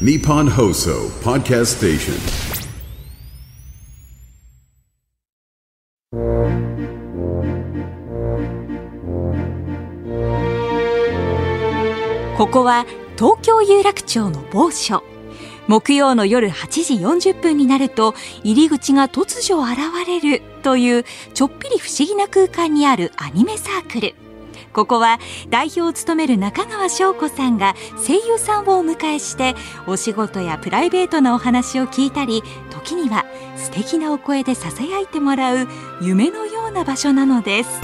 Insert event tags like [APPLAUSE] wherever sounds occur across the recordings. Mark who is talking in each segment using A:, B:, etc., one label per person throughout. A: Nippon Hoso Podcast Station.
B: ここは東京有楽町の某所木曜の夜8時40分になると入り口が突如現れるというちょっぴり不思議な空間にあるアニメサークルここは代表を務める中川翔子さんが声優さんをお迎えしてお仕事やプライベートなお話を聞いたり時には素敵なお声でささやいてもらう夢のような場所なのです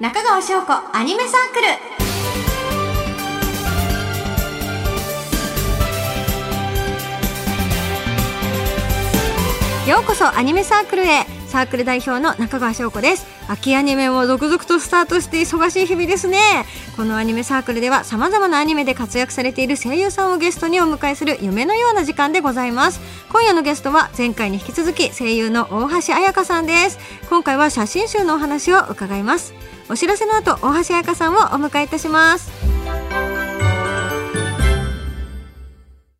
C: 中川翔子アニメサークルようこそアニメサークルへサークル代表の中川翔子です秋アニメも続々とスタートして忙しい日々ですねこのアニメサークルでは様々なアニメで活躍されている声優さんをゲストにお迎えする夢のような時間でございます今夜のゲストは前回に引き続き声優の大橋彩香さんです今回は写真集のお話を伺いますお知らせの後大橋彩香さんをお迎えいたします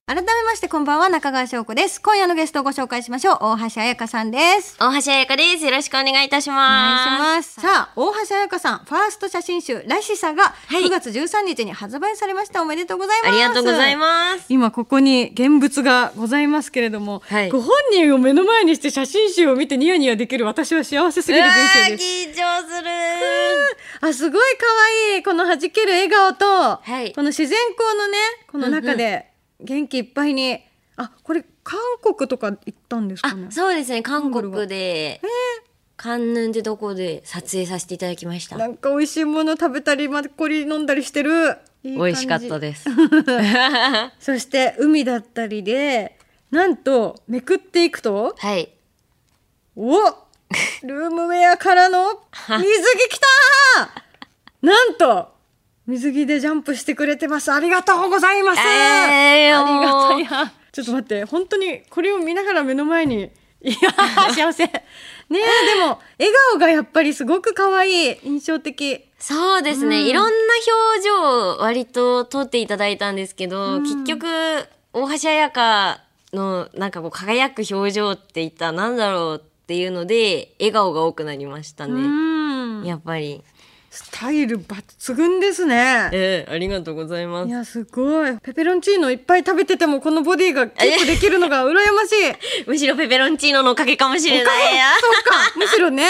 C: 改めましてこんばんは中川翔子です今夜のゲストをご紹介しましょう大橋彩香さんです
D: 大橋彩香です。よろしくお願いいたし
C: お願いし
D: ます。
C: ますさあ大橋彩香さんファースト写真集「らしさ」が
D: い
C: 9月13日に発売されました、おめでとうございます
D: ありがとうございます。
C: 今ここに現物がございますけれども、
D: はい
C: ご本人を目の前にして写真集を見てニヤニヤできる私は幸せすぎる人生です
D: 緊張する。
C: あすごい可愛いこの弾ける笑顔と、
D: はい
C: この自然光のねこの中で元気いっぱいに、あこれ韓国とか行ったんですかね
D: あ、そうですね。韓国で、カンヌンってとこで撮影させていただきました。
C: なんか美味しいもの食べたりまっこり飲んだりしてるいい感じ
D: 美味しかったです。
C: そして海だったりでなんとめくっていくと
D: はい。
C: おルームウェアからの水着きたーなんと水着でジャンプしてくれてますありがとうございます、
D: えーもう
C: ありがたいやちょっと待って本当にこれを見ながら目の前にいやー幸せねえでも笑顔がやっぱりすごく可愛い印象的
D: そうですね、いろんな表情を割と撮っていただいたんですけど、結局大橋彩香のなんかこう輝く表情っていったらなんだろうっていうので笑顔が多くなりました
C: う
D: ね、
C: ん
D: やっぱり
C: スタイル抜群ですね
D: ええありがとうございま
C: い
D: す
C: やすごいペペロンチーノいっぱい食べててもこのボディがキープできるの
D: [LAUGHS]
C: が羨ましい
D: むしろペペロンチーノのおかげかもしれない
C: [LAUGHS] そうかむしろね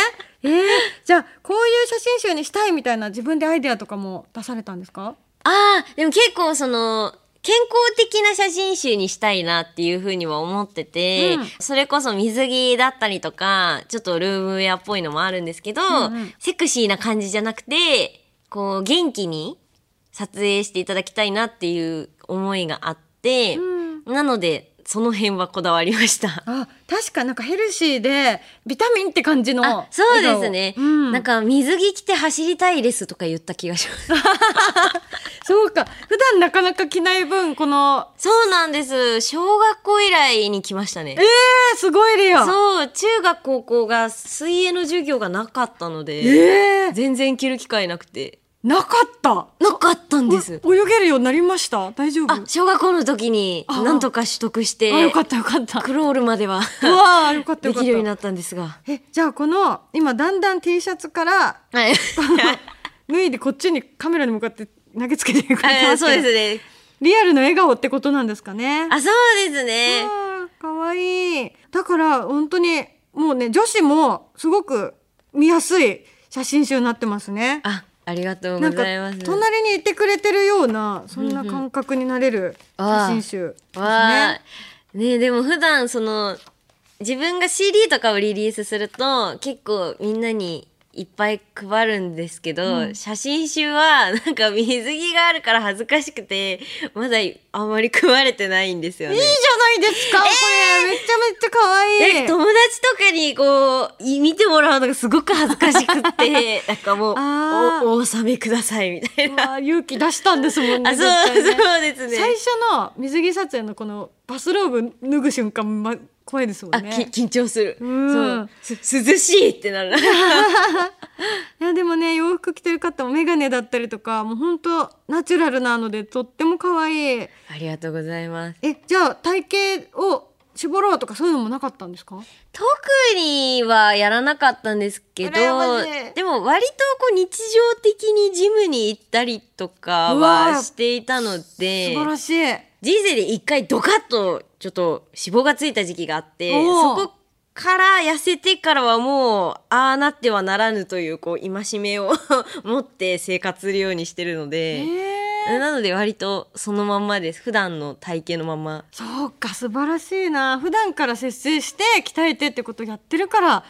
C: えー、じゃあこういう写真集にしたいみたいな自分でアイデアとかも出されたんですか
D: ああ、でも結構その、健康的な写真集にしたいなっていうふうには思ってて、
C: うん
D: それこそ水着だったりとか、ちょっとルームウェアっぽいのもあるんですけど、
C: んうん
D: セクシーな感じじゃなくて、こう元気に撮影していただきたいなっていう思いがあって、なので、その辺はこだわりました。
C: あ確かなんかヘルシーでビタミンって感じの
D: あ、そうですね
C: 笑。顔うん
D: なんか水着着て走りたいですとか言った気がします。
C: そうか普段なかなか着ない分この
D: そうなんです。小学校以来に来ましたね。
C: えー、すごいレア
D: そう中学高校が水泳の授業がなかったので、
C: えー、
D: 全然着る機会なくて
C: なかった
D: なかったん
C: お
D: です
C: 泳げるようになりました大丈夫
D: あ小学校の時に
C: あ
D: なんとか取得して
C: あよかったよかった
D: クロールまでは
C: うわーよかったよ
D: で
C: かった
D: きるようになったんですが
C: えじゃあこの今だんだん T シャツ
D: [LAUGHS]
C: から
D: はい
C: 脱いでこっちにカメラに向かって投げつけてくれてますけ
D: あ
C: ど
D: そうですね
C: リアルの笑顔ってことなんですかね
D: あそうですね
C: あーかわいいだから本当にもうね女子もすごく見やすい写真集になってますね
D: あありがとう
C: な
D: ご
C: んか
D: ざいます
C: 隣にいてくれてるようなそんな感覚になれる写真集です
D: わあ
C: ね。
D: ねえでも普段その自分が CD とかをリリースすると結構みんなにいっぱい配るんですけど、写真集はなんか水着があるから恥ずかしくてまだあまり配れてないんですよね
C: いい。じゃないですか、これめちゃめちゃ可愛
D: え
C: い
D: 友達とかにこうい見てもらうのがすごく恥ずかしくっ
C: [LAUGHS]
D: てなんかもう
C: あー
D: おお納めくださいみたいうな。
C: わー勇気出したんですもんね
D: あそう
C: 絶対ね
D: そうですね。
C: 最初の水着撮影のこのバスローブ脱ぐ瞬間、ま、怖いですも
D: あ
C: んね
D: き緊張する。 [LAUGHS]
C: うん
D: そうす涼しいってなる。
C: いやでもね洋服着てる方もメガネだったりとかもう本当ナチュラルなのでとっても可愛い
D: ありがとうございます。
C: えじゃあ体型を絞ろうとかそういうのもなかったんですか
D: 特にはやらなかったんですけど
C: 羨ましい、
D: でも割とこう日常的にジムに行ったりとか
C: うわ
D: はしていたの
C: 素
D: で、
C: 晴らしい
D: 人生で一回ドカッとちょっと脂肪がついた時期があって、
C: おー
D: そこから痩せてからはもう、ああなってはならぬというこう戒めを [LAUGHS] 持って生活するようにしてるの
C: え
D: で、
C: ー、
D: なので割とそのまんまです。普段の体型のまま。
C: そうか素晴らしいな普段から節制して鍛えてってことやってるから、
D: は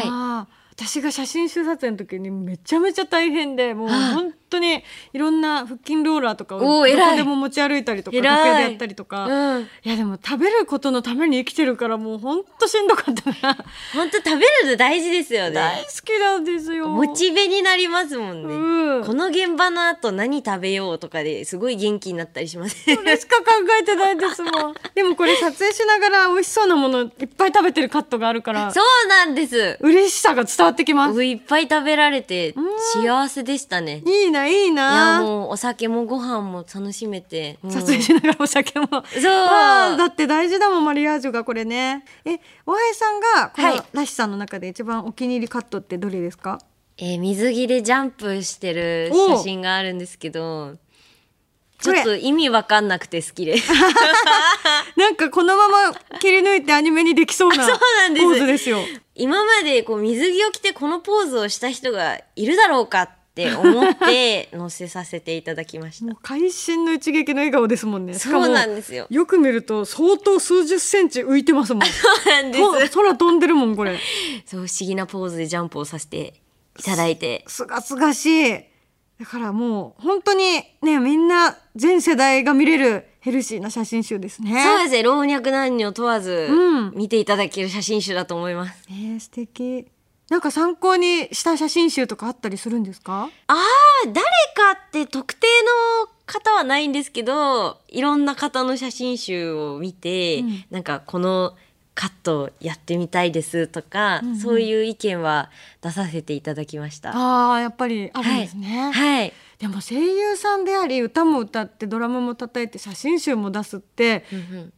D: い
C: あー私が写真集撮影の時にめちゃめちゃ大変でもう
D: ああ
C: 本当にいろんな腹筋ローラーとかをど
D: お
C: こ
D: ー偉い
C: でも持ち歩いたりとか
D: 偉い
C: 楽屋でやったりとか、
D: うん
C: いやでも食べることのために生きてるからもう本当しんどかったな
D: 本当食べるの大事ですよね。
C: 大好きなんですよ。
D: モチベになりますもんね、
C: うん
D: この現場の後何食べようとかですごい元気になったりしますね
C: それしか考えてないですもん。でもこれ撮影しながら美味しそうなものいっぱい食べてるカットがあるから
D: そうなんです
C: 嬉しさが伝わってきます。
D: ういっぱい食べられて幸せでしたねい
C: いいないい
D: や
C: な。
D: もうお酒もご飯も楽しめて、うん
C: 撮影しながらお酒も。そうだって大事だもんマリアージュがこれね。え大平さんがこ
D: はい
C: のらしさんの中で一番お気に入りカットってどれですか？
D: えー水着でジャンプしてる
C: おう
D: 写真があるんですけどち
C: こ
D: ょ
C: れ
D: っと意味わかんなくて好
C: [LAUGHS]
D: きですそう
C: なんかこのまま切り抜いてアニメにできそうなポ
D: なんです
C: ーズですよ。
D: 今までこう水着を着てこのポーズをした人がいるだろうかって思って載せさせていただきました
C: もう会心の一撃の笑顔ですもんね。しかも
D: そうなんですよ
C: よく見ると相当数十センチ浮いてますもん。
D: そうなんで
C: と空飛んでるもんこれ。
D: す。そう不思議なポーズでジャンプをさせていただいて。
C: すがすがしい。だからもう本当にねみんな全世代が見れるヘルシーな写真集ですね。
D: そうですね老若男女問わず
C: うん
D: 見ていただける写真集だと思います。
C: えー、素敵。なんか参考にした写真集とかあったりするんですか？
D: ああ誰かって特定の方はないんですけどいろんな方の写真集を見て、
C: うん
D: なんかこのカットやってみたいですとか、そういう意見は出させていただきました。
C: ああやっぱりあるんですね。
D: はい
C: でも声優さんであり歌も歌ってドラムも叩いて写真集も出すって、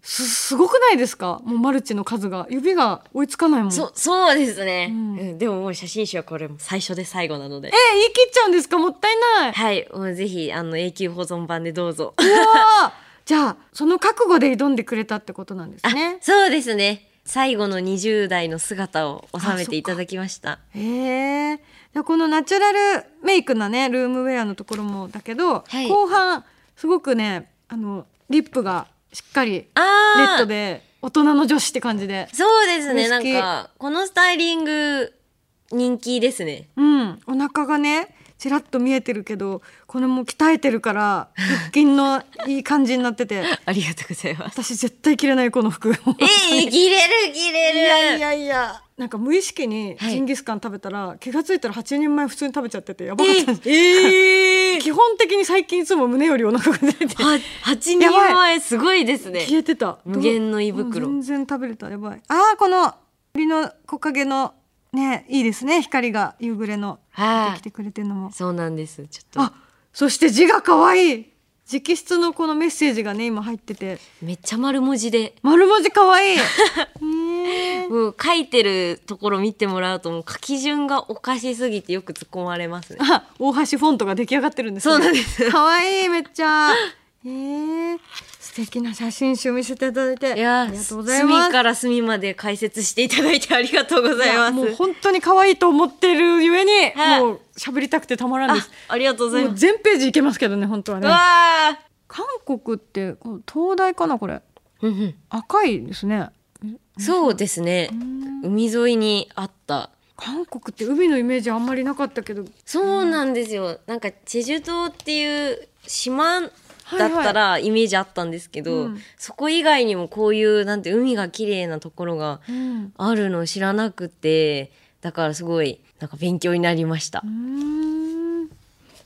C: すすごくないですか？もうマルチの数が指が追いつかないもん。
D: そそうですね、
C: うん
D: うんでももう写真集はこれも最初で最後なので
C: えー、言い切っちゃうんですか？もったいない。 [LAUGHS]
D: はい、もうぜひあの永久保存版でどうぞ。
C: うわーじゃあその覚悟で挑んでくれたってことなんですね。
D: そうですね。最後の20代の姿を収めていただきました。
C: へえ。じゃあこのナチュラルメイクなねルームウェアのところもだけど、
D: はい
C: 後半すごくねあのリップがしっかり
D: あ
C: レ
D: ー
C: ッドで大人の女子って感じで。
D: そうですね。な
C: 好
D: ん
C: き
D: かこのスタイリング人気ですね。
C: うん、お腹がねちらっと見えてるけどこれも鍛えてるから腹筋のいい感じになって
D: [LAUGHS]
C: て
D: ありがとうございます。
C: 私絶対着れないこの服。
D: ええ切れる切れる。
C: いやいやいや [LAUGHS] なんか無意識にジンギスカン食べたら、気がついたら8人前普通に食べちゃっててやばかったんです、基本的に最近いつも胸よりお腹が出て
D: は八人
C: やば
D: 前すごいですね。
C: 消えてた
D: 無限の胃袋
C: どう全然食べれたやばいあーこの鳥の木陰のねいいですね光が夕暮れの
D: はい
C: 出てきてくれてるのも
D: そうなんです。ちょっと
C: あそして字が可愛い直筆のこのメッセージがね今入ってて
D: めっちゃ丸文字で、
C: 丸文字可
D: [LAUGHS]
C: 愛いねえ
D: もう書いてるところ見てもらうともう書き順がおかしすぎてよく突っ込まれますね。
C: あ、大橋フォントが出来上がってるんです、ね。
D: そうなんです
C: 可愛いめっち
D: [LAUGHS]
C: ゃ。ええ素敵な写真集見せていただいて。
D: いや
C: あ
D: ー
C: りがとうございます。
D: 隅から隅まで解説していただいてありがとうござい
C: や
D: ます。
C: もう本当に可愛いと思ってるゆえに、
D: はい
C: もう喋りたくてたまらんで
D: あ
C: す。
D: [LAUGHS] ありがとうござい
C: もう
D: ます。
C: 全ページいけますけどね、本当は
D: う
C: ね。
D: わ
C: 韓国って、こう東大かな、これ。
D: ー
C: 赤いですね。
D: そうですね。海沿いにあった。
C: 韓国って海のイメージあんまりなかったけど。
D: そうなんですよ。なんかチェジュ島っていう島だっ
C: い
D: たらイメージあったんですけど、
C: うん
D: そこ以外にもこういうなんて海が綺麗なところがあるのを知らなくて、だからすごいなんか勉強になりました。
C: うーん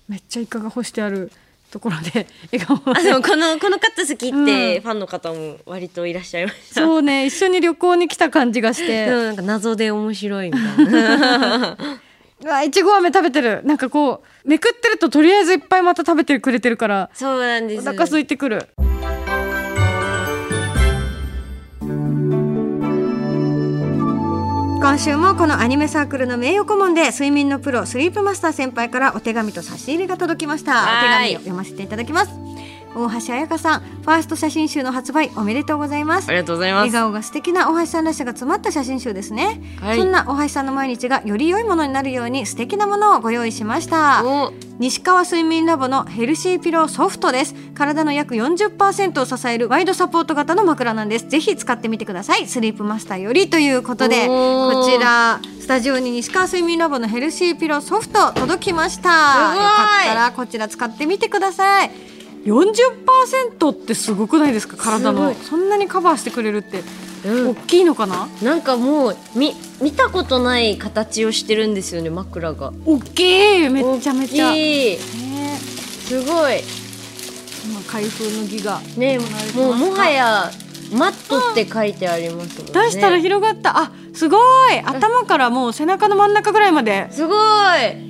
C: めっちゃイカが干してあるところで、 [LAUGHS] 笑顔が
D: あでもこのこのカット好きっ
C: う
D: て
C: ん
D: ファンの方も割といらっしゃいました。
C: そうね、
D: [LAUGHS]
C: 一緒に旅行に来た感じがし
D: でも
C: て。
D: [LAUGHS] なんか謎で面白いみたいな。
C: でうわいちご飴食べてるなんかこうめくってるととりあえずいっぱいまた食べてくれてるから
D: そうなんで
C: お
D: す
C: 腹空いてくる今週もこのアニメサークルの名誉顧問で睡眠のプロスリープマスター先輩からお手紙と差し入れが届きましたお手
D: は
C: 紙
D: い
C: を読ませていただきます大橋彩香さんファースト写真集の発売おめでとうございます
D: ありがとうございま
C: 笑
D: す
C: 顔が素敵な大橋さんらしさが詰まった写真集ですね、
D: はい
C: そんな大橋さんの毎日がより良いものになるように素敵なものをご用意しました
D: お
C: 西川睡眠ラボのヘルシーピローソフトです体の約40%を支えるワイドサポート型の枕なんですぜひ使ってみてくださいスリープマスターよりということで
D: おー
C: こちらスタジオに西川睡眠ラボのヘルシーピローソフト届きましたよ
D: ごい
C: かったらこちら使ってみてください40%ってすごくないですか体の
D: す
C: そんなにカバーしてくれるって
D: うん
C: 大きいのかな
D: なんかもうみ見たことない形をしてるんですよね枕が
C: 大きいめっちゃめちゃ、
D: 大
C: ね
D: きいすごい
C: 今開封の儀が
D: ねもうもはやマットって書いてありますもんね
C: 出したら広がった、あすごい頭からもう背中の真ん中ぐらいまです
D: ごい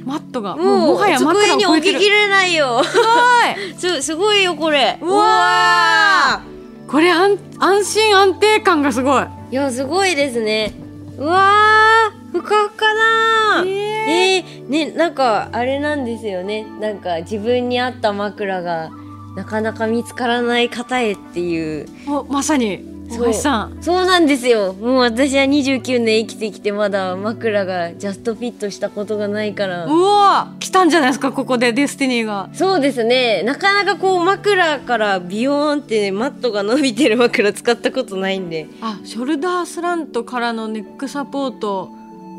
C: マットがもう
D: も
C: もは
D: う
C: や枕
D: 机
C: を
D: に
C: 超え
D: 置
C: て
D: き
C: る
D: きれないよ [LAUGHS]
C: す
D: すすごいよこれ
C: ご [LAUGHS] いうわーこれ安安心安定感がすごい
D: いやすごいですねうわーふかふかなー
C: ね
D: えーねなんかあれなんですよねなんか自分に合った枕がなかなか見つからない方へっていう
C: おまさに
D: そ
C: 菅
D: う
C: 橋さん
D: そうなんですよもう私は29年生きてきてまだ枕がジャストフィットしたことがないから
C: うわー来たんじゃないですかここでデスティニーが
D: そうですねなかなかこう枕からビヨーンって、ね、マットが伸びてる枕使ったことないんで
C: あショルダースラントからのネックサポート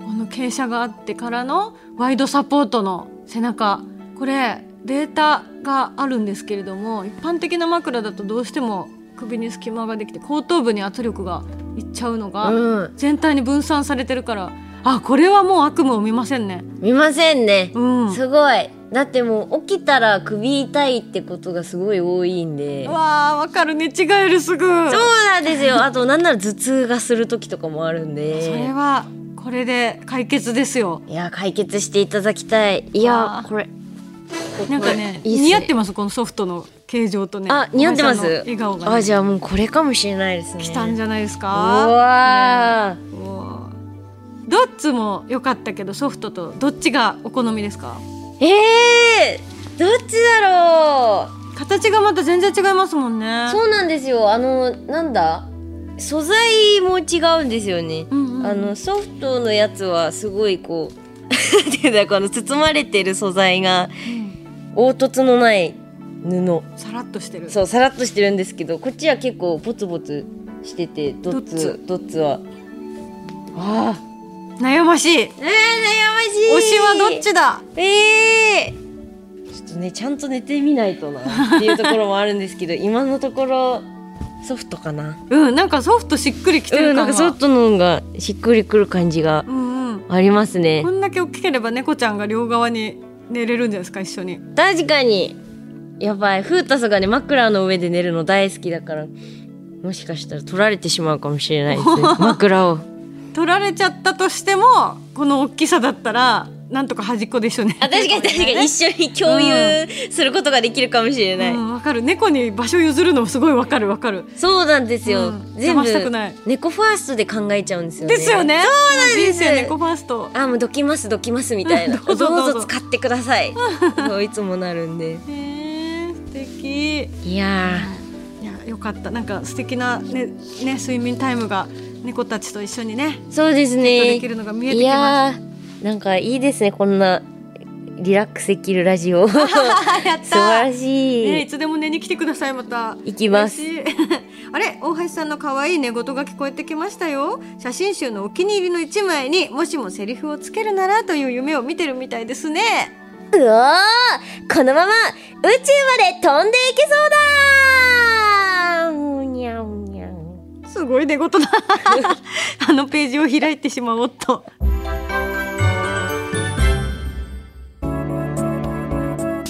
C: この傾斜があってからのワイドサポートの背中これデータがあるんですけれども一般的な枕だとどうしても首に隙間ができて後頭部に圧力がいっちゃうのが
D: うん
C: 全体に分散されてるからあこれはもう悪夢を見ませんね
D: 見ませんね、
C: うん
D: すごいだってもう起きたら首痛いってことがすごい多いんで
C: うわーわかる寝違えるすぐ
D: そうなんですよあとなんなら頭痛がする時とかもあるんで
C: それはこれで解決ですよ
D: いや解決していただきたいいや
C: あー
D: これ
C: なんかね
D: いいっすね
C: 似合ってますこのソフトの形状とね
D: あ似合ってま
C: お姉
D: す
C: さんの笑顔がね、
D: あじゃあもうこれかもしれないですね
C: 来たんじゃないです
D: う
C: か
D: わー
C: おーどっちも良かったけどソフトとどっちがお好みですか
D: えー、どっちだろ
C: 形がまた全然違いますもんね
D: うそうなんですよあのなんだ素材も違うんですよね、
C: うんうん
D: あのソフトのやつはすごいこう [LAUGHS] なんていうんだこの包まれてる素材が
C: うん
D: 凹凸のない布
C: さらっとしてる
D: そうさらっとしてるんですけどこっちは結構ボツボツしててドッツドッツはああ
C: 悩ましい推
D: えー、悩ましい
C: しはどっちだ
D: ええちょっとねちゃんと寝てみないとなっていうところもあるんですけど今のところソフトかな
C: うんなんかソフトしっくりきて
D: う
C: る
D: んなん
C: 感
D: か
C: が
D: ソフトの方がしっくりくる感じが
C: うんうん
D: ありますね
C: こんだけ大きければ猫ちゃんが両側に寝れるんじゃないですか一緒に
D: 確かにやばいフータスがね枕の上で寝るの大好きだからもしかしたら取られてしまうかもしれないで
C: [LAUGHS]
D: すね枕を
C: 取られちゃったとしてもこの大きさだったらなんとか端っこで一緒に
D: あ確かに確かに一緒に共有することができるかもしれない、
C: うん、わかる猫に場所譲るのもすごいわかるわかる
D: そうなんですよ、
C: うん邪
D: 全部
C: 魔したくない
D: 猫ファーストで考えちゃうんですよね
C: ですよねそうなん
D: です
C: 人生猫ファースト
D: あもうどきますどきますみたいな
C: ど
D: ど
C: う
D: う
C: ぞ
D: ぞ
C: どうぞ
D: 使ってく
C: [LAUGHS]
D: ださいそういつもなるんで
C: へえ素敵い
D: いや
C: やよかったなんか素敵なねね睡眠タイムが猫たちと一緒にね
D: ーそうですね
C: できるのが見えて
D: い
C: きま
D: やーなんかいいですねこんなリラックスできるラジ [LAUGHS] オ素
C: すやった
D: 晴らしい、
C: ねいつでも寝に来てくださいまた
D: 行きます
C: 嬉しい [LAUGHS] あれ大橋さんの可愛い寝言が聞こえてきましたよ写真集のお気に入りの一枚にもしもセリフをつけるならという夢を見てるみたいですね
D: うおーこのまま宇宙まで飛んでいけそうだうにゃうにゃ
C: すごい寝
D: [LAUGHS]
C: 言だあのページを開いてしまおうっとさ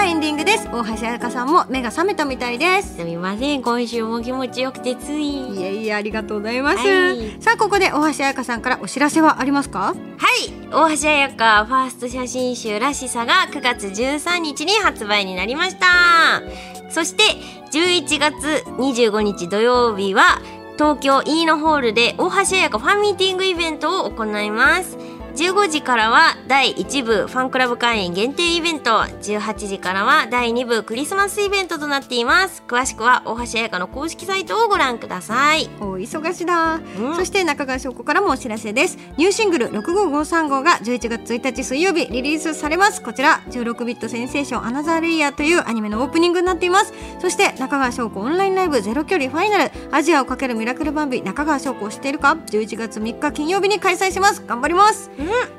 C: あエンディングです大
E: 大橋彩香さんも目が覚めたみたいです
D: すみません今週も気持ちよくてつい
E: いえいえありがとうございます、
D: はい
E: さあここで大橋彩香さんからお知らせはあります
D: は
E: か
D: い大橋彩香ファースト写真集「らしさ」が9月13日に発売になりましたそして11月25日土曜日は東京飯野ホールで大橋彩香ファンミーティングイベントを行います15時からは第1部ファンクラブ会員限定イベント18時からは第2部クリスマスイベントとなっています詳しくは大橋彩香の公式サイトをご覧ください
E: お忙しだ、
D: ん
E: そして中川翔子からもお知らせですニューシングル65535が11月1日水曜日リリースされますこちら16ビットセンセーションアナザーレイヤーというアニメのオープニングになっていますそして中川翔子オンラインライブゼロ距離ファイナルアジアをかけるミラクルバンビ中川翔子を知っているか11月3日金曜日に開催します頑張ります、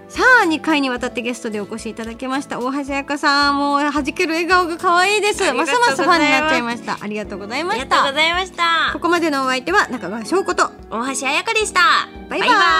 E: さあ2回にわたってゲストでお越しいただきました大橋彩香さんもう弾ける笑顔が可愛いです
D: あり
E: ま
D: が
E: す
D: とうございます
E: ますファンになっちゃいましたありがとうござい
D: あ
E: ま
D: り
E: し
D: がとうご
E: た
D: ざいました
E: ここまでのお相手は中川翔子と
D: 大橋彩香でした
E: バイバイ
D: バイバ